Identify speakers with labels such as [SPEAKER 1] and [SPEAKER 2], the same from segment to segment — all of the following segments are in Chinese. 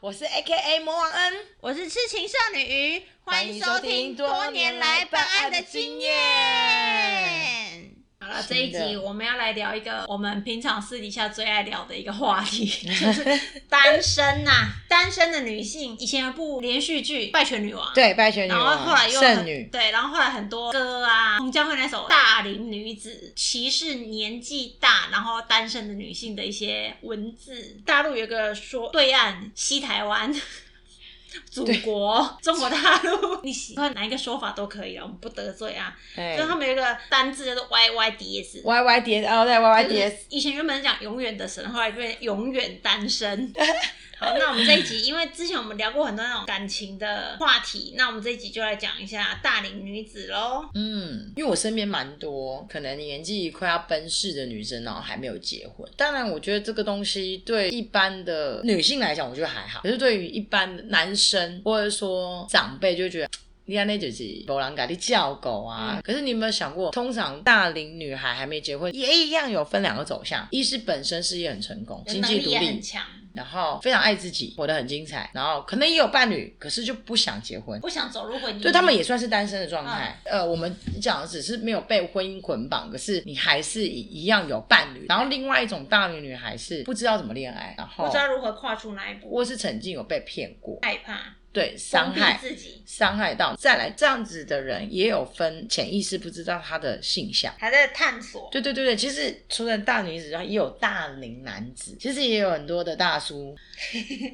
[SPEAKER 1] 我是 A K A 魔王恩，
[SPEAKER 2] 我是痴情少女鱼，欢迎收听
[SPEAKER 1] 多
[SPEAKER 2] 多
[SPEAKER 1] 年
[SPEAKER 2] 年
[SPEAKER 1] 来
[SPEAKER 2] 来
[SPEAKER 1] 办
[SPEAKER 2] 办
[SPEAKER 1] 案
[SPEAKER 2] 案
[SPEAKER 1] 的
[SPEAKER 2] 的
[SPEAKER 1] 经
[SPEAKER 2] 经
[SPEAKER 1] 验
[SPEAKER 2] 验。
[SPEAKER 3] 好了，这一
[SPEAKER 1] 是
[SPEAKER 3] 集
[SPEAKER 1] 的
[SPEAKER 3] 我们要来聊一个我们平常私底下最爱聊的一个 话题，就是单身呐、单身的女性。以前有部连续剧《拜权女王》，，
[SPEAKER 1] 对，拜权女
[SPEAKER 3] 然后
[SPEAKER 1] 王，
[SPEAKER 3] 后来又
[SPEAKER 1] 剩
[SPEAKER 3] 很
[SPEAKER 1] 女，
[SPEAKER 3] 对，然后后来很多歌啊，洪江惠那首《大龄女子》，歧视年纪大然后单身的女性的一些文字。大陆有个说对岸西台 湾。祖国中国大陆，你喜欢哪一个说法都可以啊，我们不得罪啊。
[SPEAKER 1] 对
[SPEAKER 3] 就他们有一个单字叫做 Y Y D S。
[SPEAKER 1] Y Y D S，哦，对，Y Y
[SPEAKER 3] 就
[SPEAKER 1] D
[SPEAKER 3] 是
[SPEAKER 1] S，
[SPEAKER 3] 以前原本讲永远的神，后来变成永远单 身。好，那我们这一集，因为之前我们聊过很多那种感情的话题，那我们这一集就来讲一下大龄女子喽。
[SPEAKER 1] 嗯，因为我身边蛮多可能年纪快要奔四的女生，然后还没有结婚。当然，我觉得这个东西对一般的女性来讲，我觉得还好。可是对于一般的男生或者说长辈，就会觉得。 你安那就是没人给你叫狗啊！
[SPEAKER 3] 嗯
[SPEAKER 1] 可是你有没有想过，通常大龄女孩还没结婚，也一样有分两个走向：一是本身事业很成功，经
[SPEAKER 3] 能
[SPEAKER 1] 济
[SPEAKER 3] 力
[SPEAKER 1] 独
[SPEAKER 3] 也很
[SPEAKER 1] 立，
[SPEAKER 3] 强。
[SPEAKER 1] 然后非常爱自己，活得很精彩，然后可能也有伴侣，可是就不想结婚。
[SPEAKER 3] 不想走入婚姻，
[SPEAKER 1] 对他们也算是单身的状态。
[SPEAKER 3] 嗯
[SPEAKER 1] 呃，我们讲的只是没有被婚姻捆绑，可是你还是一一样有伴侣。然后另外一种大龄女孩是不知道怎么恋爱，然
[SPEAKER 3] 不
[SPEAKER 1] 后
[SPEAKER 3] 知道如何跨出那一步，
[SPEAKER 1] 或是曾经有被骗过，
[SPEAKER 3] 害怕
[SPEAKER 1] 对，伤害
[SPEAKER 3] 封闭自己，
[SPEAKER 1] 伤害到。再来这样子的人也有分潜意识不知道他的性向。
[SPEAKER 3] 还在探索。
[SPEAKER 1] 对对对对，其实除了大女子，然后也有大龄男子，其实也有很多的 大叔，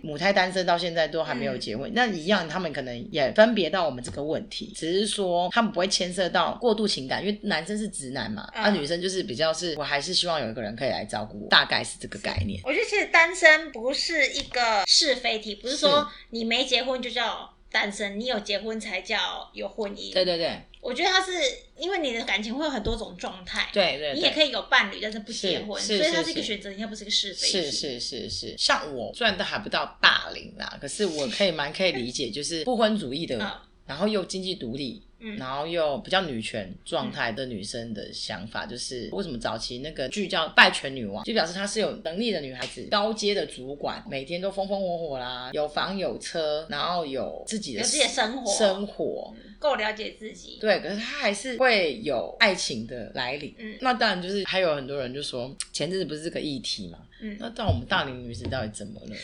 [SPEAKER 1] 母胎单身到现在都还没有结
[SPEAKER 3] 嗯
[SPEAKER 1] 婚。那一样，他们可能也分别到我们这个问题，只是说他们不会牵涉到过度情感，因为男生是直男嘛，那、
[SPEAKER 3] 嗯
[SPEAKER 1] 啊女生就是比较是，我还是希望有一个人可以来照顾我，大概是这个概念。
[SPEAKER 3] 我觉得其实单身不是一个是非题，不是说你没结婚就叫单身，你有结婚才叫有婚姻。
[SPEAKER 1] 对对对
[SPEAKER 3] 我觉得他是因为你的感情会有很多种状态，
[SPEAKER 1] 对对，
[SPEAKER 3] 你也可以有伴侣，但是不结婚，
[SPEAKER 1] 是是
[SPEAKER 3] 所以它
[SPEAKER 1] 是
[SPEAKER 3] 是一个
[SPEAKER 1] 是
[SPEAKER 3] 选择题，它不是一个是非题。
[SPEAKER 1] 是是是是，像我虽然都还不到大龄啦，可是我可以蛮可以理解，就是不婚主义的，
[SPEAKER 3] 嗯
[SPEAKER 1] 然后又经济独立，
[SPEAKER 3] 嗯
[SPEAKER 1] 然后又比较女权状态的女生的想法，就是为什么早期那个剧叫《拜权女王》，就表示她是有能力的女孩子，高阶的主管，每天都风风火火啦，有房有车，然后有自己的
[SPEAKER 3] 有自己的生活嗯
[SPEAKER 1] 生活，
[SPEAKER 3] 够了解自己。
[SPEAKER 1] 对，可是他还是会有爱情的来临。
[SPEAKER 3] 嗯
[SPEAKER 1] 那当然就是还有很多人就说，前阵子不是这个议题嘛？
[SPEAKER 3] 嗯
[SPEAKER 1] 那到我们大龄女子到底怎么 了？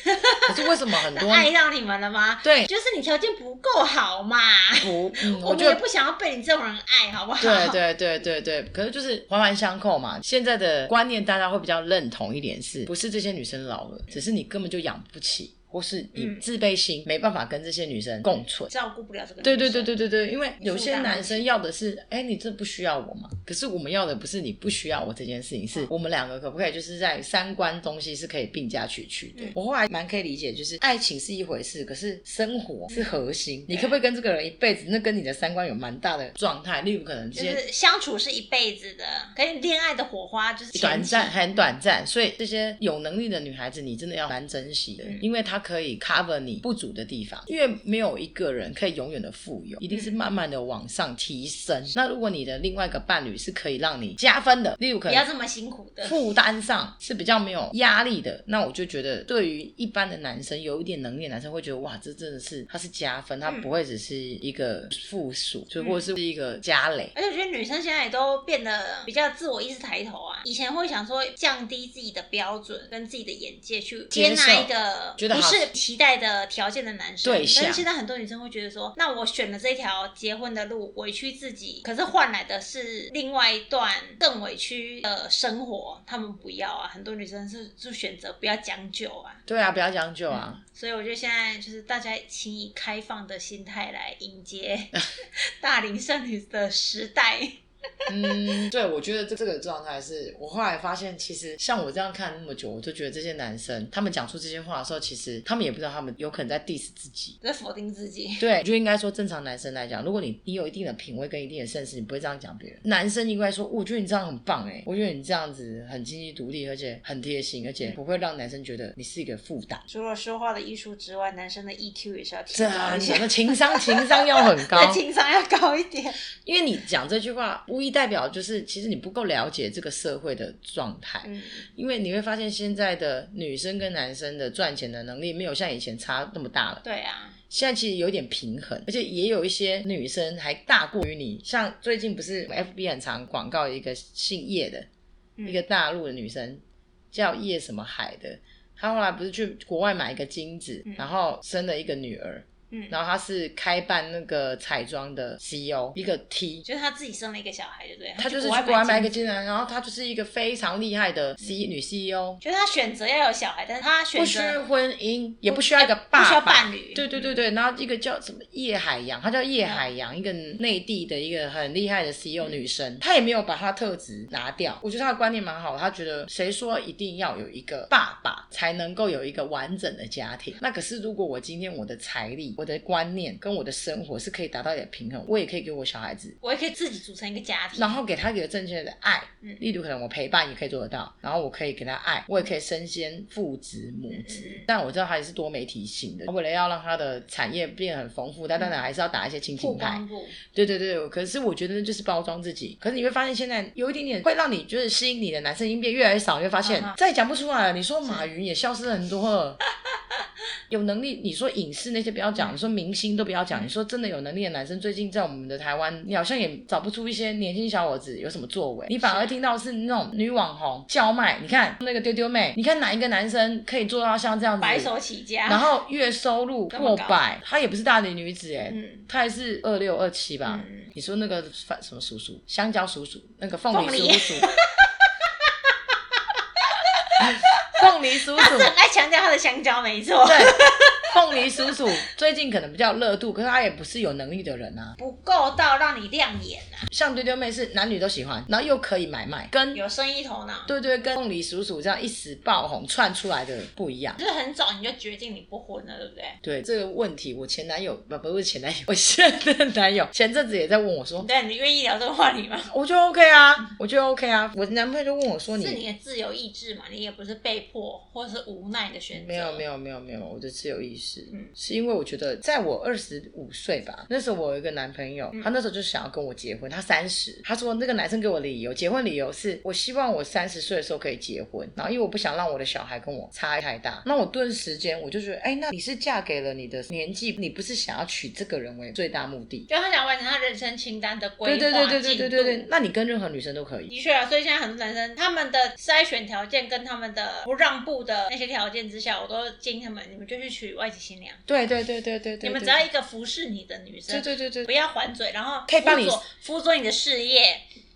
[SPEAKER 1] 可是为什么很多
[SPEAKER 3] 爱上你们了吗？
[SPEAKER 1] 对
[SPEAKER 3] 就是你条件不够好嘛，
[SPEAKER 1] 不？嗯，
[SPEAKER 3] 我
[SPEAKER 1] 我
[SPEAKER 3] 们
[SPEAKER 1] 觉
[SPEAKER 3] 也
[SPEAKER 1] 得
[SPEAKER 3] 不想要被你这种人爱，好不好？
[SPEAKER 1] 对对对对对，可是就是环环相扣嘛。现在的观念大家会比较认同一点是，不是这些女生老了，只是你根本就养不起，或是你
[SPEAKER 3] 嗯
[SPEAKER 1] 自卑心没办法跟这些女生共 存。
[SPEAKER 3] 照顾不了这个。
[SPEAKER 1] 对对对。对对对，因为
[SPEAKER 3] 你
[SPEAKER 1] 有
[SPEAKER 3] 负
[SPEAKER 1] 些
[SPEAKER 3] 担
[SPEAKER 1] 男
[SPEAKER 3] 不
[SPEAKER 1] 生要的是，哎、你这不需要我嘛？可是我们要的不是你不需要我这件事情，是我们两个可不可以就是在三观东西是可以并驾齐驱的。
[SPEAKER 3] 嗯
[SPEAKER 1] 我后来蛮可以理解，就是爱情是一回事，可是生活是核心。你可不可以跟这个人一辈子？那跟你的三观有蛮大的状态，例如可能
[SPEAKER 3] 就
[SPEAKER 1] 今天。
[SPEAKER 3] 是相处是一辈子的，可是恋爱的火花就是前期
[SPEAKER 1] 短暂，。很短暂，所以这些有能力的女孩子，你真的要蛮珍惜的，
[SPEAKER 3] 嗯
[SPEAKER 1] 因为她可以 cover 你不足的地方，因为没有一个人可以永远的富有，一定
[SPEAKER 3] 嗯
[SPEAKER 1] 是慢慢的往上提升。那如果你的另外一个伴侣是可以让你加分的，例如可
[SPEAKER 3] 不要
[SPEAKER 1] 能。
[SPEAKER 3] 这么辛苦 的。
[SPEAKER 1] 负担上是比较没有压力的，那我就觉得对于一般的男生有一点能力的男生会觉得哇，这真的是他是加分，他
[SPEAKER 3] 嗯
[SPEAKER 1] 不会只是一个附属，就
[SPEAKER 3] 嗯
[SPEAKER 1] 或者是一个加累。
[SPEAKER 3] 而且我觉得女生现在也都变得比较自我意识抬头啊，以前会想说降低自己的标准跟自己的眼界去接
[SPEAKER 1] 接
[SPEAKER 3] 纳
[SPEAKER 1] 受
[SPEAKER 3] 一个
[SPEAKER 1] 觉得
[SPEAKER 3] 不
[SPEAKER 1] 好
[SPEAKER 3] 是期待的条件的男生，
[SPEAKER 1] 对象
[SPEAKER 3] 但是现在很多女生会觉得说，那我选了这条结婚的路，委屈自己，可是换来的是另外一段更委屈的生活，她们不要啊，很多女生是就选择不要将就啊。
[SPEAKER 1] 对啊，不要将就啊。
[SPEAKER 3] 所以我觉得现在就是大家请以开放的心态来迎接 大龄剩女的时代。
[SPEAKER 1] 嗯，对，我觉得这这个状态是我后来发现，其实像我这样看那么久，我就觉得这些男生他们讲出这些话的时候，其实他们也不知道他们有可能在 diss 自己。
[SPEAKER 3] 在否定自己。
[SPEAKER 1] 对，就应该说正常男生来讲，如果你你有一定的品味跟一定的 sense，你不会这样讲别人。男生应该说，我觉得你这样很棒哎，我觉得你这样子很经济独立，而且很贴心，而且不会让男生觉得你是一个负担。
[SPEAKER 3] 除了说话的艺术之外，男生的 EQ 也是要提
[SPEAKER 1] 这
[SPEAKER 3] 高一
[SPEAKER 1] 你
[SPEAKER 3] 些，
[SPEAKER 1] 的情商情商要很 高，
[SPEAKER 3] 情商要高一点。
[SPEAKER 1] 因为你讲这句话，无疑代表就是其实你不够了解这个社会的状态，
[SPEAKER 3] 嗯，
[SPEAKER 1] 因为你会发现现在的女生跟男生的赚钱的能力没有像以前差那么大了，
[SPEAKER 3] 对啊，
[SPEAKER 1] 现在其实有点平衡，而且也有一些女生还大过于你。像最近不是 FB 很常广告一个姓叶的，
[SPEAKER 3] 嗯
[SPEAKER 1] 一个大陆的女生叫叶什么海的，她后来不是去国外买一个精子，
[SPEAKER 3] 嗯
[SPEAKER 1] 然后生了一个女儿，
[SPEAKER 3] 嗯，
[SPEAKER 1] 然后她是开办那个彩妆的 CEO，一个 T。
[SPEAKER 3] 就是他自己生了一个小孩，对不对？
[SPEAKER 1] 她就是去
[SPEAKER 3] 哎去
[SPEAKER 1] 国外买一个
[SPEAKER 3] 精子，
[SPEAKER 1] 精子，然后她就是一个非常厉害的 C E 女 CEO，
[SPEAKER 3] 就是他选择要有小孩，但是他选
[SPEAKER 1] 不需要
[SPEAKER 3] 择
[SPEAKER 1] 婚姻，也不需要一个
[SPEAKER 3] 不
[SPEAKER 1] 爸
[SPEAKER 3] 需要
[SPEAKER 1] 爸
[SPEAKER 3] 伴侣，嗯
[SPEAKER 1] 对对对对，然后一个叫什么叶海洋，她叫叶海洋，一个内地的一个很厉害的 CEO 女
[SPEAKER 3] 嗯
[SPEAKER 1] 生，她也没有把她特质拿掉。我觉得她的观念蛮好的，她觉得谁说一定要有一个爸爸才能够有一个完整的家庭？那可是如果我今天我的财力、我的观念跟我的生活是可以达到一点平衡，我也可以给我小孩子
[SPEAKER 3] 嗯我也可以自己组成一个家庭，
[SPEAKER 1] 然后给他一个正确的爱，
[SPEAKER 3] 嗯
[SPEAKER 1] 例如可能我陪伴也可以做得到，然后我可以给他爱，我也可以身先父职母职。
[SPEAKER 3] 嗯嗯嗯
[SPEAKER 1] 但我知道他也是多媒体型的，为了要让他的产业变得很丰富，他当然还是要打一些亲
[SPEAKER 3] 曝
[SPEAKER 1] 情牌
[SPEAKER 3] 光。度，
[SPEAKER 1] 对对对，可是我觉得那就是包装自己。可是你会发现现在有一点点会让你就是吸引你的男生已经变越来越少，你会发现
[SPEAKER 3] 啊哈
[SPEAKER 1] 再也讲不出来了。你说马云也消失很多了。有能力，你说影视那些不要
[SPEAKER 3] 嗯
[SPEAKER 1] 讲，你说明星都不要讲，你说真的有能力的男生，最近在我们的台湾，你好像也找不出一些年轻小伙子有什么作为，你反而
[SPEAKER 3] 是
[SPEAKER 1] 听到是那种女网红叫卖。你看那个丢丢妹，你看哪一个男生可以做到像这样子，
[SPEAKER 3] 白手起家，
[SPEAKER 1] 嗯然后月收入
[SPEAKER 3] 这么
[SPEAKER 1] 过
[SPEAKER 3] 高
[SPEAKER 1] 百，她也不是大龄女子哎、
[SPEAKER 3] 嗯，
[SPEAKER 1] 她还是二六二七吧。
[SPEAKER 3] 嗯
[SPEAKER 1] 你说那个饭什么叔叔，香蕉叔叔，那个凤
[SPEAKER 3] 凤
[SPEAKER 1] 梨
[SPEAKER 3] 梨
[SPEAKER 1] 叔叔， 凤梨叔
[SPEAKER 3] 他
[SPEAKER 1] 叔
[SPEAKER 3] 是，很爱强调他的香蕉，没错，
[SPEAKER 1] 对，凤梨叔叔最近可能比较有热度，可是他也不是有能力的人啊。
[SPEAKER 3] 不够到让你亮眼啊，
[SPEAKER 1] 像丢丢妹是男女都喜欢，然后又可以买卖，跟
[SPEAKER 3] 有生意头脑，
[SPEAKER 1] 对对跟凤梨叔叔这样一时爆红窜出来的不一样。
[SPEAKER 3] 就是很早你就决定你不婚了，对不对？
[SPEAKER 1] 对这个问题，我前男友不不是前男友，我现任男友前阵子也在问我说，
[SPEAKER 3] 对，你愿意聊这个话题吗？
[SPEAKER 1] 我觉得 OK 啊，我觉得 OK 啊。我男朋友就问我说
[SPEAKER 3] 是你的自由意志嘛，你也不是被迫或是无奈的选择。
[SPEAKER 1] 没有没有没有没有，我的自由意识，
[SPEAKER 3] 嗯
[SPEAKER 1] 是因为我觉得在我二十五岁吧，那时候我有一个男朋友，
[SPEAKER 3] 嗯
[SPEAKER 1] 他那时候就想要跟我结婚，他三十，他说那个男生给我理由，结婚理由是我希望我三十岁的时候可以结婚，然后因为我不想让我的小孩跟我差异太大，那我顿时间我就觉得，哎，那你是嫁给了你的年纪，你不是想要娶这个人为最大目的？
[SPEAKER 3] 就他想完成他人生清单的规
[SPEAKER 1] 对
[SPEAKER 3] 划
[SPEAKER 1] 对对对对对对
[SPEAKER 3] 进
[SPEAKER 1] 对
[SPEAKER 3] 度，
[SPEAKER 1] 那你跟任何女生都可以。
[SPEAKER 3] 的确啊，所以现在很多男生他们的筛选条件跟他们的不让步的那些条件之下，我都建议他们，你们就去娶外籍新娘，
[SPEAKER 1] 对对对对对对对，
[SPEAKER 3] 你们只要一个服侍你的女
[SPEAKER 1] 对
[SPEAKER 3] 生，
[SPEAKER 1] 对对对
[SPEAKER 3] 不，要还嘴，然后
[SPEAKER 1] 可以帮你
[SPEAKER 3] 辅佐辅佐你的事业，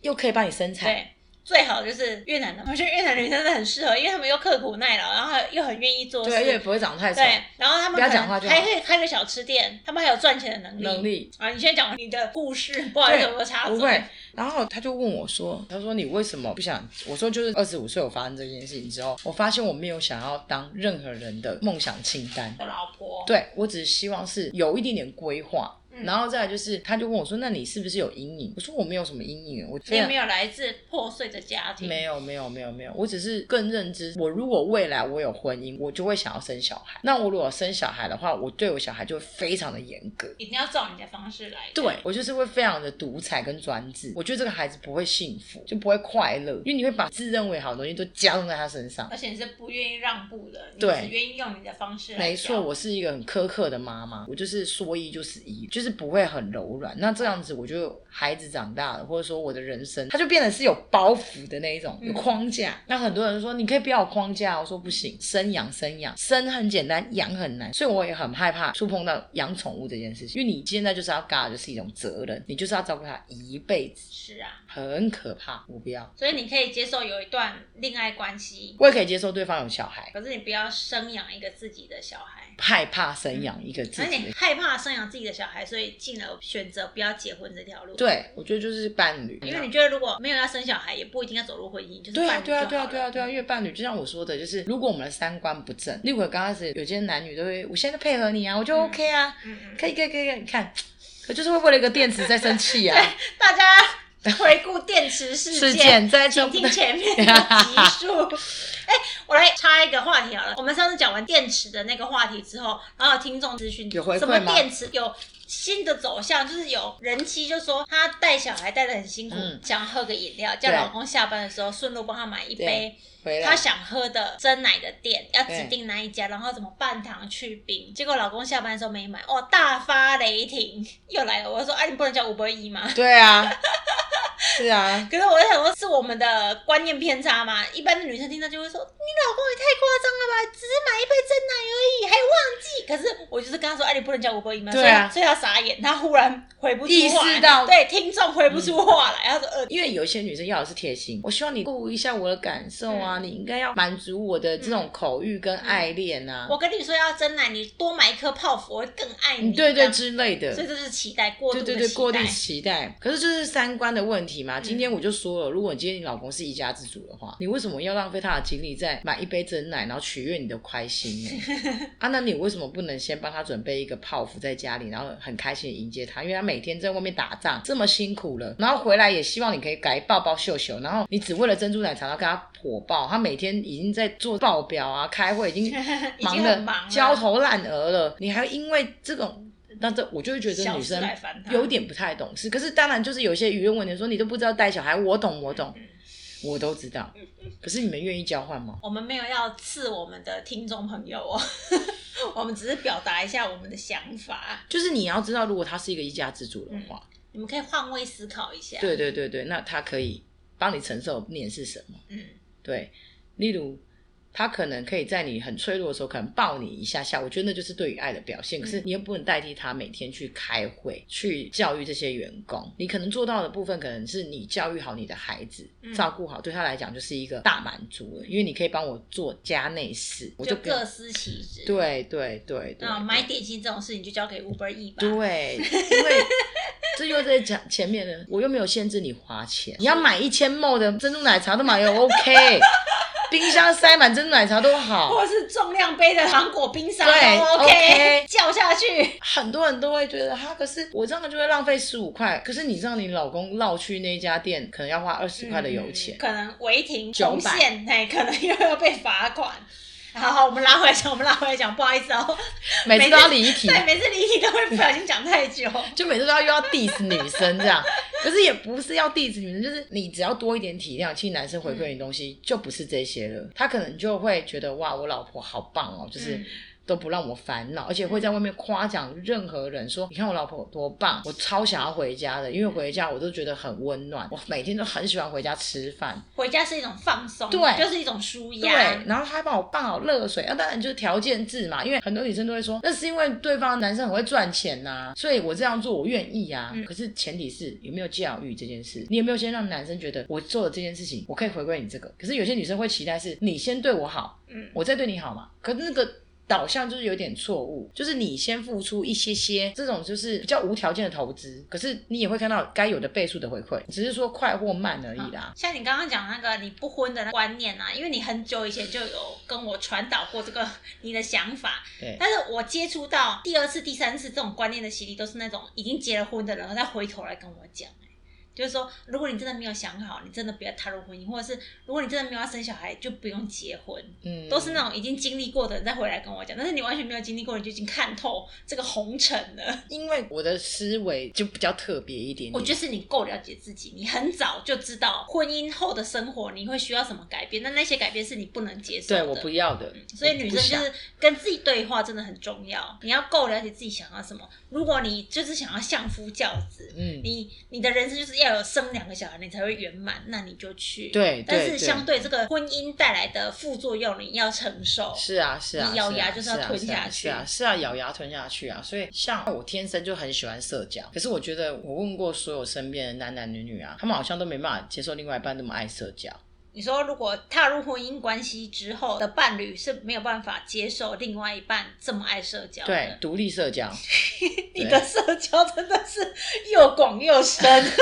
[SPEAKER 1] 又可以帮你生产，
[SPEAKER 3] 对。最好就是越南的，我觉得越南女生真的很适合，因为她们又刻苦耐劳，然后又很愿意做事，
[SPEAKER 1] 对，又也不会长得太丑，
[SPEAKER 3] 对，然后他们
[SPEAKER 1] 不要
[SPEAKER 3] 可能
[SPEAKER 1] 讲话就好
[SPEAKER 3] 还可以开个小吃店，他们还有赚钱的能力。
[SPEAKER 1] 能力
[SPEAKER 3] 啊，你先讲你的故事，不好意思，
[SPEAKER 1] 对
[SPEAKER 3] 我插嘴。
[SPEAKER 1] 不会，然后他就问我说：“他说你为什么不想？”我说：“就是二十五岁我发生这件事情之后，我发现我没有想要当任何人的梦想清单。
[SPEAKER 3] 的老婆，
[SPEAKER 1] 对我只是希望是有一点点规划。
[SPEAKER 3] 嗯
[SPEAKER 1] 然后再来就是，他就问我说：“那你是不是有阴影？”我说：“我没有什么阴影，我
[SPEAKER 3] 你
[SPEAKER 1] 非
[SPEAKER 3] 有
[SPEAKER 1] 常
[SPEAKER 3] 没有来自破碎的家庭？
[SPEAKER 1] 啊没有没有没有没有，我只是更认知，我如果未来我有婚姻，我就会想要生小孩。那我如果生小孩的话，我对我小孩就会非常的严格。
[SPEAKER 3] 一定要照你的方式来。
[SPEAKER 1] 对，我就是会非常的独裁跟专制，我觉得这个孩子不会幸福，就不会快乐，因为你会把自认为好的东西都加重在他身上。
[SPEAKER 3] 而且你是不愿意让步的，你
[SPEAKER 1] 对
[SPEAKER 3] 只愿意用你的方式来教。
[SPEAKER 1] 没错，我是一个很苛刻的妈妈，我就是说一就是一，就是不会很柔软。那这样子，我就孩子长大了，或者说我的人生，他就变得是有包袱的那一种，有
[SPEAKER 3] 嗯
[SPEAKER 1] 框架。那很多人说你可以不要有框架，哦我说不行，生养生养，生很简单，养很难，所以我也很害怕触碰到养宠物这件事情，因为你现在就是要嘎，就是一种责任，你就是要照顾它一辈子。
[SPEAKER 3] 是啊，
[SPEAKER 1] 很可怕，我不要。
[SPEAKER 3] 所以你可以接受有一段恋爱关系，
[SPEAKER 1] 我也可以接受对方有小孩，
[SPEAKER 3] 可是你不要生养一个自己的小孩。
[SPEAKER 1] 害怕生养一个自
[SPEAKER 3] 而且
[SPEAKER 1] 己
[SPEAKER 3] 嗯你
[SPEAKER 1] 的。
[SPEAKER 3] 害怕生养自己的小孩，所以进而选择不要结婚这条路。，
[SPEAKER 1] 对，我觉得就是伴侣，
[SPEAKER 3] 因为你觉得如果没有要生小孩，也不一定要走入婚姻，就是
[SPEAKER 1] 对啊
[SPEAKER 3] 伴，侣
[SPEAKER 1] 对啊，
[SPEAKER 3] 就
[SPEAKER 1] 对啊，
[SPEAKER 3] 好
[SPEAKER 1] 对
[SPEAKER 3] 了
[SPEAKER 1] 啊，对啊，因为伴侣就像我说的，就是如果我们的三观不正，例如我刚开始有些男女都会，我现在配合你啊，我就
[SPEAKER 3] 嗯
[SPEAKER 1] OK 啊，
[SPEAKER 3] 嗯嗯。
[SPEAKER 1] 可以，可以，可以，可以你看，可就是会为了一个电池在生气啊，
[SPEAKER 3] 大 家回顾电池事
[SPEAKER 1] 事件在
[SPEAKER 3] 请听前面的集数。哎、我来插一个话题好了。我们上次讲完电池的那个话题之后，然后有听众咨询
[SPEAKER 1] 有回馈
[SPEAKER 3] 什么
[SPEAKER 1] 吗
[SPEAKER 3] 电池有新的走向，就是有人妻就说她带小孩带的很辛苦，
[SPEAKER 1] 嗯
[SPEAKER 3] 想喝个饮料，叫
[SPEAKER 1] 对
[SPEAKER 3] 老公下班的时候顺路帮她买一杯
[SPEAKER 1] 回来
[SPEAKER 3] 她想喝的真奶的店，要指
[SPEAKER 1] 啊对
[SPEAKER 3] 定哪一家，然后怎么半糖去冰。结果老公下班的时候没买，哦，大发雷霆 又来了。我就说啊，你不能叫五百一吗？
[SPEAKER 1] 对啊，是啊，
[SPEAKER 3] 可是我在想说，是我们的观念偏差嘛？一般的女生听到就会说：“你老公也太夸张了吧，只是买一杯真奶而已，还忘记。”可是我就是跟他说：“哎，你不能叫我波姨嘛。”
[SPEAKER 1] 对啊
[SPEAKER 3] 所以他傻眼，他忽然回不出
[SPEAKER 1] 意
[SPEAKER 3] 话来，
[SPEAKER 1] 识到嗯
[SPEAKER 3] 对听众回不出话来，他说：“呃，
[SPEAKER 1] 因为有一些女生要的是贴心，我希望你顾一下我的感受啊，
[SPEAKER 3] 嗯
[SPEAKER 1] 你应该要满足我的这种口欲跟爱恋啊，
[SPEAKER 3] 我跟你说要真奶，你多买一颗泡芙，我会更爱你。”
[SPEAKER 1] 嗯对对
[SPEAKER 3] 这
[SPEAKER 1] 之类的
[SPEAKER 3] 样，。所以这就是期待过度的
[SPEAKER 1] 对对对，
[SPEAKER 3] 期
[SPEAKER 1] 过 度
[SPEAKER 3] 待嗯
[SPEAKER 1] 期待，可是就是三观的问题嘛。今天我就说了，如果你今天你老公是一家之主的话，你为什么要浪费他的精力在买一杯真奶，然后取悦你的开 心呢？啊，那你为什么不能先帮他准备一个泡芙在家里，然后很开心的迎接他？因为他每天在外面打仗这么辛苦了，然后回来也希望你可以改抱抱秀秀，然后你只为了珍珠奶茶，然后跟他火爆，他每天已经在做报表啊，开会已经
[SPEAKER 3] 已经
[SPEAKER 1] 忙
[SPEAKER 3] 很
[SPEAKER 1] 得
[SPEAKER 3] 忙了
[SPEAKER 1] 焦头烂额了，你还因为这种。那这我就会觉得
[SPEAKER 3] 小
[SPEAKER 1] 女
[SPEAKER 3] 事
[SPEAKER 1] 生
[SPEAKER 3] 来烦她
[SPEAKER 1] 有点不太懂事，可是当然就是有些舆论问题说你都不知道带小孩，我懂我
[SPEAKER 3] 嗯
[SPEAKER 1] 懂，我都知道。可是你们愿意交换吗？
[SPEAKER 3] 我们没有要刺我们的听众朋友哦， 我们只是表达一下我们的想法，
[SPEAKER 1] 就是你要知道，如果他是一个一家之主的话，
[SPEAKER 3] 你们可以换位思考一下。
[SPEAKER 1] 对对对对，那他可以帮你承受的念是什么？
[SPEAKER 3] 嗯。
[SPEAKER 1] 对，例如他可能可以在你很脆弱的时候，可能抱你一下下，我觉得那就是对于爱的表现。可是
[SPEAKER 3] 嗯
[SPEAKER 1] 你又不能代替他每天去开会、去教育这些员工。你可能做到的部分，可能是你教育好你的孩子，
[SPEAKER 3] 嗯
[SPEAKER 1] 照顾好，对他来讲就是一个大满足了，因为你可以帮我做家内事，我
[SPEAKER 3] 就
[SPEAKER 1] 不用
[SPEAKER 3] 各司其职。，
[SPEAKER 1] 对对对对
[SPEAKER 3] 那买点心这种事情就交给 Uber E 吧。
[SPEAKER 1] 对，因为这又在讲前面的，我又没有限制你花钱，你要买一千沫的珍珠奶茶都买也 OK，冰箱塞满珍珠奶茶都好。
[SPEAKER 3] 或是重量杯的糖果冰沙
[SPEAKER 1] 对
[SPEAKER 3] 都
[SPEAKER 1] OK
[SPEAKER 3] 叫下去。
[SPEAKER 1] 很多人都会觉得哈，可是我这样就会浪费十五块，可是你知道你老公绕去那家店可能要花二十块的油钱
[SPEAKER 3] 嗯，可能违停
[SPEAKER 1] 900
[SPEAKER 3] 红线，哎，可能又要被罚款。好好，我们拉回来讲，我们拉回来讲，不好意思哦。
[SPEAKER 1] 每次都要离题，
[SPEAKER 3] 对，每次离题都会不小心讲太久。
[SPEAKER 1] 就每次都要又要 diss 女生这样，可是也不是要 diss 女生，就是你只要多一点体谅，其实男生回馈你的东西就不是这些了，他可能就会觉得哇，我老婆好棒哦，就是。
[SPEAKER 3] 嗯
[SPEAKER 1] 都不让我烦恼，而且会在外面夸奖任何人说：“你看我老婆有多棒，我超想要回家的，因为回家我都觉得很温暖，我每天都很喜欢回家吃饭。”
[SPEAKER 3] 回家是一种放松，
[SPEAKER 1] 对
[SPEAKER 3] 就是一种舒
[SPEAKER 1] 对
[SPEAKER 3] 压。，
[SPEAKER 1] 然后他还帮我拌好热水，啊那、当然就是条件制嘛，因为很多女生都会说，那是因为对方男生很会赚钱呐、所以我这样做我愿意啊。
[SPEAKER 3] 嗯
[SPEAKER 1] 可是前提是有没有教育这件事，你有没有先让男生觉得我做的这件事情，我可以回归你这个。可是有些女生会期待是你先对我好，
[SPEAKER 3] 嗯
[SPEAKER 1] 我再对你好嘛。可是那个。导向就是有点错误，就是你先付出一些些，这种就是比较无条件的投资，可是你也会看到该有的倍数的回馈，只是说快或慢而已啦。
[SPEAKER 3] 像你刚刚讲那个你不婚的观念啊，因为你很久以前就有跟我传导过这个你的想法，
[SPEAKER 1] 对，
[SPEAKER 3] 但是我接触到第二次、第三次这种观念的洗礼，都是那种已经结了婚的人，再回头来跟我讲、欸就是说，如果你真的没有想好，你真的不要踏入婚姻，或者是如果你真的没有要生小孩，就不用结婚。
[SPEAKER 1] 嗯，
[SPEAKER 3] 都是那种已经经历过的人再回来跟我讲，但是你完全没有经历过，你就已经看透这个红尘了。
[SPEAKER 1] 因为我的思维就比较特别一点点，
[SPEAKER 3] 我觉得是你够了解自己，你很早就知道婚姻后的生活你会需要什么改变，但那些改变是你不能接受
[SPEAKER 1] 对
[SPEAKER 3] 的。
[SPEAKER 1] 我不要的，
[SPEAKER 3] 所以女生
[SPEAKER 1] 我
[SPEAKER 3] 就
[SPEAKER 1] 不想
[SPEAKER 3] 是跟自己对话真的很重要，你要够了解自己想要什么。如果你就是想要相夫教子，
[SPEAKER 1] 嗯，
[SPEAKER 3] 你你的人生就是要有生两个小孩，你才会圆满，那你就去。
[SPEAKER 1] 对
[SPEAKER 3] 但
[SPEAKER 1] 对
[SPEAKER 3] 是
[SPEAKER 1] 对
[SPEAKER 3] 相对这个婚姻带来的副作用，你要承受。
[SPEAKER 1] 是啊是啊，
[SPEAKER 3] 你咬牙
[SPEAKER 1] 啊
[SPEAKER 3] 就是要
[SPEAKER 1] 啊
[SPEAKER 3] 吞
[SPEAKER 1] 是啊
[SPEAKER 3] 下
[SPEAKER 1] 是啊是啊咬牙吞下去啊。所以像我天生就很喜欢社交，可是我觉得我问过所有身边的男男女女啊，他们好像都没办法接受另外一半那么爱社交。
[SPEAKER 3] 你说，如果踏入婚姻关系之后的伴侣是没有办法接受另外一半这么爱社交的，
[SPEAKER 1] 对，独立社交，
[SPEAKER 3] 你的社交真的是又广又深。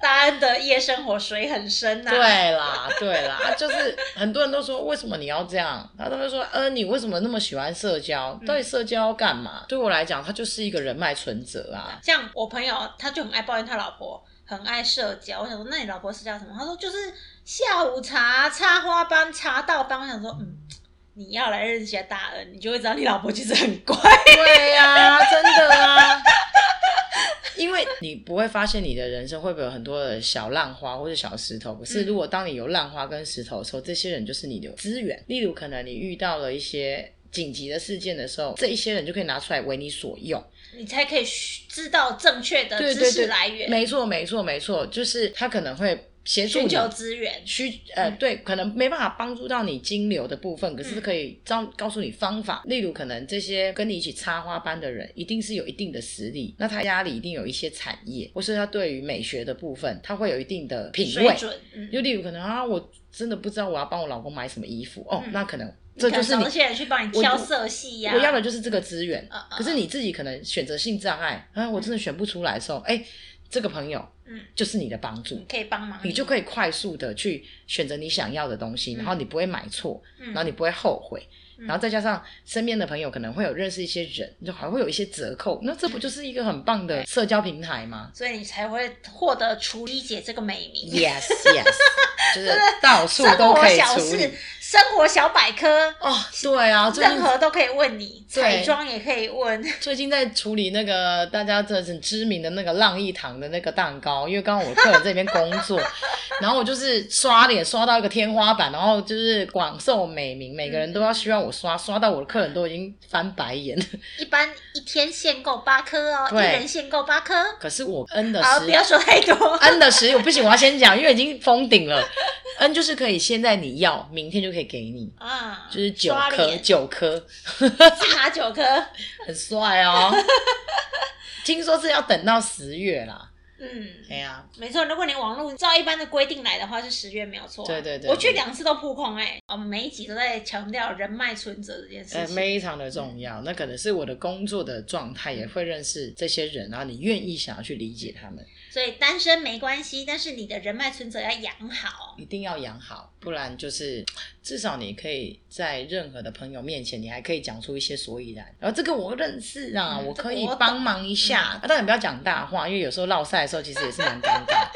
[SPEAKER 3] 大安的夜生活水很深啊呐、
[SPEAKER 1] 对啦，对啦，啊就是很多人都说为什么你要这样，然后他们就说，呃，你为什么那么喜欢社交？到底社交要 干嘛？对我来讲，它就是一个人脉存折啊。
[SPEAKER 3] 像我朋友，他就很爱抱怨他老婆，很爱社交。我想说，那你老婆社交什么？他说就是下午茶、插花班、茶道班。我想说，嗯，你要来认识一下大恩，你就会知道你老婆其实很乖。
[SPEAKER 1] 对呀、真的啊。因为你不会发现你的人生会不会有很多的小浪花或者小石头，可是
[SPEAKER 3] 嗯
[SPEAKER 1] 如果当你有浪花跟石头的时候，这些人就是你的资源。例如，可能你遇到了一些紧急的事件的时候，这一些人就可以拿出来为你所用。
[SPEAKER 3] 你才可以学知道正确的
[SPEAKER 1] 对
[SPEAKER 3] 知
[SPEAKER 1] 对
[SPEAKER 3] 识
[SPEAKER 1] 对，
[SPEAKER 3] 来源，
[SPEAKER 1] 没错，没错，没错，就是他可能会协助
[SPEAKER 3] 寻
[SPEAKER 1] 你
[SPEAKER 3] 求资源。
[SPEAKER 1] 需呃
[SPEAKER 3] 嗯
[SPEAKER 1] 对，可能没办法帮助到你金流的部分，可是
[SPEAKER 3] 嗯
[SPEAKER 1] 可以告告诉你方法。例如，可能这些跟你一起插花班的人，一定是有一定的实力，那他家里一定有一些产业，或是他对于美学的部分，他会有一定的品
[SPEAKER 3] 水
[SPEAKER 1] 味。
[SPEAKER 3] 准，嗯，
[SPEAKER 1] 就例如可能啊，我真的不知道我要帮我老公买什么衣服哦，
[SPEAKER 3] 嗯
[SPEAKER 1] 那可能
[SPEAKER 3] 你
[SPEAKER 1] 这
[SPEAKER 3] 可
[SPEAKER 1] 就
[SPEAKER 3] 能
[SPEAKER 1] 是
[SPEAKER 3] 找
[SPEAKER 1] 你
[SPEAKER 3] 那些人去帮你
[SPEAKER 1] 我
[SPEAKER 3] 挑
[SPEAKER 1] 就
[SPEAKER 3] 色系呀、
[SPEAKER 1] 我要的就是这个资源。
[SPEAKER 3] 嗯，嗯
[SPEAKER 1] 可是你自己可能选择性障碍啊，我真的选不出来的时候，哎，这个朋友
[SPEAKER 3] 嗯
[SPEAKER 1] 就是你的帮助。
[SPEAKER 3] 你可以帮忙，
[SPEAKER 1] 你就可以快速的去选择你想要的东西，
[SPEAKER 3] 嗯
[SPEAKER 1] 然后你不会买错，
[SPEAKER 3] 嗯，
[SPEAKER 1] 然后你不会后悔，
[SPEAKER 3] 嗯
[SPEAKER 1] 然后再加上身边的朋友可能会有认识一些人，就还会有一些折扣，那这不就是一个很棒的社交平台吗
[SPEAKER 3] 所以你才会获得厨艺姐这个美名。
[SPEAKER 1] ？Yes Yes，就是到处
[SPEAKER 3] 生
[SPEAKER 1] 都
[SPEAKER 3] 活
[SPEAKER 1] 可以
[SPEAKER 3] 小
[SPEAKER 1] 处
[SPEAKER 3] 事
[SPEAKER 1] 理。、
[SPEAKER 3] 生活小百科，
[SPEAKER 1] 哦，对啊，最近
[SPEAKER 3] 任何都可以问你，
[SPEAKER 1] 对
[SPEAKER 3] 彩妆也可以问。
[SPEAKER 1] 最近在处理那个大家这很知名的那个浪艺堂的那个蛋糕，因为刚刚我客人这边工作， 然后我就是刷脸刷到一个天花板，然后就是广受美名，每个人都要需要我刷，刷到我的客人都已经翻白眼。
[SPEAKER 3] 一般一天限购八颗哦，一
[SPEAKER 1] 对
[SPEAKER 3] 人限购八颗。
[SPEAKER 1] 可是我 N 的
[SPEAKER 3] 好，
[SPEAKER 1] 十
[SPEAKER 3] 不要说太多。
[SPEAKER 1] N 的十，我不行，我要先讲，因为已经封顶了。N 就是可以现在你要，明天就可以给你，
[SPEAKER 3] 啊，
[SPEAKER 1] 就是九
[SPEAKER 3] 刷
[SPEAKER 1] 颗
[SPEAKER 3] 脸
[SPEAKER 1] 九颗，
[SPEAKER 3] 是哪九颗？
[SPEAKER 1] 很帅哦。 听说是要等到十月啦，
[SPEAKER 3] 嗯，
[SPEAKER 1] 哎呀、
[SPEAKER 3] 没错。如果你网络照一般的规定来的话，是十月没有错啊。
[SPEAKER 1] 对对对
[SPEAKER 3] 我去两次都扑空哎。我们每一集都在强调人脉存折这件
[SPEAKER 1] 呃
[SPEAKER 3] 事，情。
[SPEAKER 1] 非常的重要。那可能是我的工作的状态，也会认识这些人，然后你愿意想要去理解他们，
[SPEAKER 3] 所以单身没关系，但是你的人脉存折要养好。
[SPEAKER 1] 一定要养好，不然就是至少你可以在任何的朋友面前，你还可以讲出一些所以然。然后这个我认识啊，
[SPEAKER 3] 嗯
[SPEAKER 1] 我
[SPEAKER 3] 这个
[SPEAKER 1] 可以
[SPEAKER 3] 我懂嗯
[SPEAKER 1] 帮忙一下，啊当然不要讲大话，因为有时候落赛的时候其实也是蛮尴尬。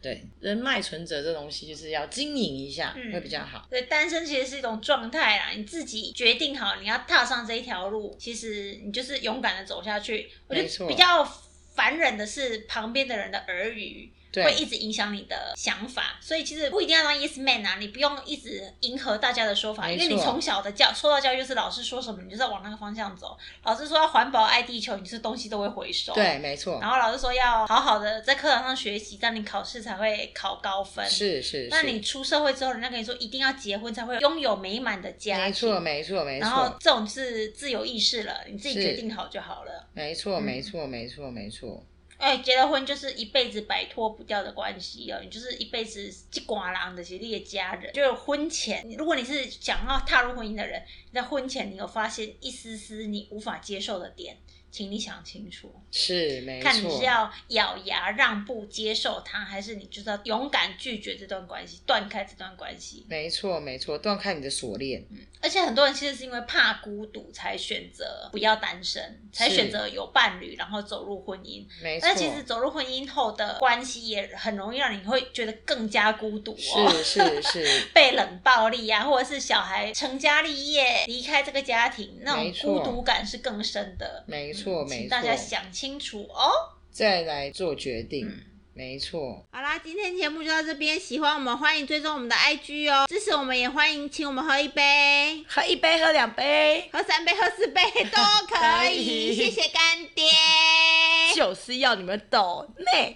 [SPEAKER 1] 对，人脉存折这东西就是要经营一下、
[SPEAKER 3] 嗯
[SPEAKER 1] 会比较好。
[SPEAKER 3] 对，单身其实是一种状态啦，你自己决定好你要踏上这一条路，其实你就是勇敢的走下去。我觉
[SPEAKER 1] 没
[SPEAKER 3] 得
[SPEAKER 1] 错
[SPEAKER 3] 比较烦人的是旁边的人的耳语。
[SPEAKER 1] 对
[SPEAKER 3] 会一直影响你的想法，所以其实不一定要当 yes man 啊，你不用一直迎合大家的说法，
[SPEAKER 1] 没
[SPEAKER 3] 因
[SPEAKER 1] 错
[SPEAKER 3] 为你从小的教受到教育就是老师说什么，你就是要往那个方向走。老师说要环保爱地球，你就是东西都会回收。
[SPEAKER 1] 对，。没错，
[SPEAKER 3] 然后老师说要好好的在课堂上学习，这样你考试才会考高分。
[SPEAKER 1] 是是是，
[SPEAKER 3] 那你出社会之后，人家跟你说一定要结婚才会拥有美满的家庭，
[SPEAKER 1] 没错没错没错。
[SPEAKER 3] 然后这种是自由意识了，你自己
[SPEAKER 1] 是
[SPEAKER 3] 决定好就好了。
[SPEAKER 1] 没错，
[SPEAKER 3] 嗯
[SPEAKER 1] 没错，没错，没错，
[SPEAKER 3] 哎，结了婚就是一辈子摆脱不掉的关系哦，你就是一辈子一寡郎的，其实你的家人。就是婚前，如果你是想要踏入婚姻的人，你在婚前你有发现一丝丝你无法接受的点，请你想清楚，
[SPEAKER 1] 是没
[SPEAKER 3] 看你
[SPEAKER 1] 错
[SPEAKER 3] 是。要咬牙让步接受它，还是你就是要勇敢拒绝这段关系，断开这段关系。
[SPEAKER 1] 没错，没错，断开你的锁链，
[SPEAKER 3] 而且很多人其实是因为怕孤独，才选择不要单身，才
[SPEAKER 1] 是
[SPEAKER 3] 选择有伴侣，然后走入婚姻。
[SPEAKER 1] 没错
[SPEAKER 3] 但，其实走入婚姻后的关系也很容易让你会觉得更加孤独哦。
[SPEAKER 1] 是是是，
[SPEAKER 3] 被冷暴力啊，或者是小孩成家立业离开这个家庭，那种
[SPEAKER 1] 没错
[SPEAKER 3] 孤独感是更深的。
[SPEAKER 1] 没错，
[SPEAKER 3] 嗯请
[SPEAKER 1] 没
[SPEAKER 3] 大家
[SPEAKER 1] 错，
[SPEAKER 3] 想清楚哦。
[SPEAKER 1] 再来做决定
[SPEAKER 3] 嗯，
[SPEAKER 1] 没错，
[SPEAKER 2] 好啦，今天节目就到这边，喜欢我们欢迎追踪我们的 IG 哦，支持我们也欢迎请我们喝一杯、
[SPEAKER 1] 喝一杯，喝两杯，
[SPEAKER 2] 喝三杯、喝四杯 都可
[SPEAKER 1] 可以
[SPEAKER 2] 以，谢谢干爹。
[SPEAKER 3] 哎
[SPEAKER 1] 就是要你们懂内。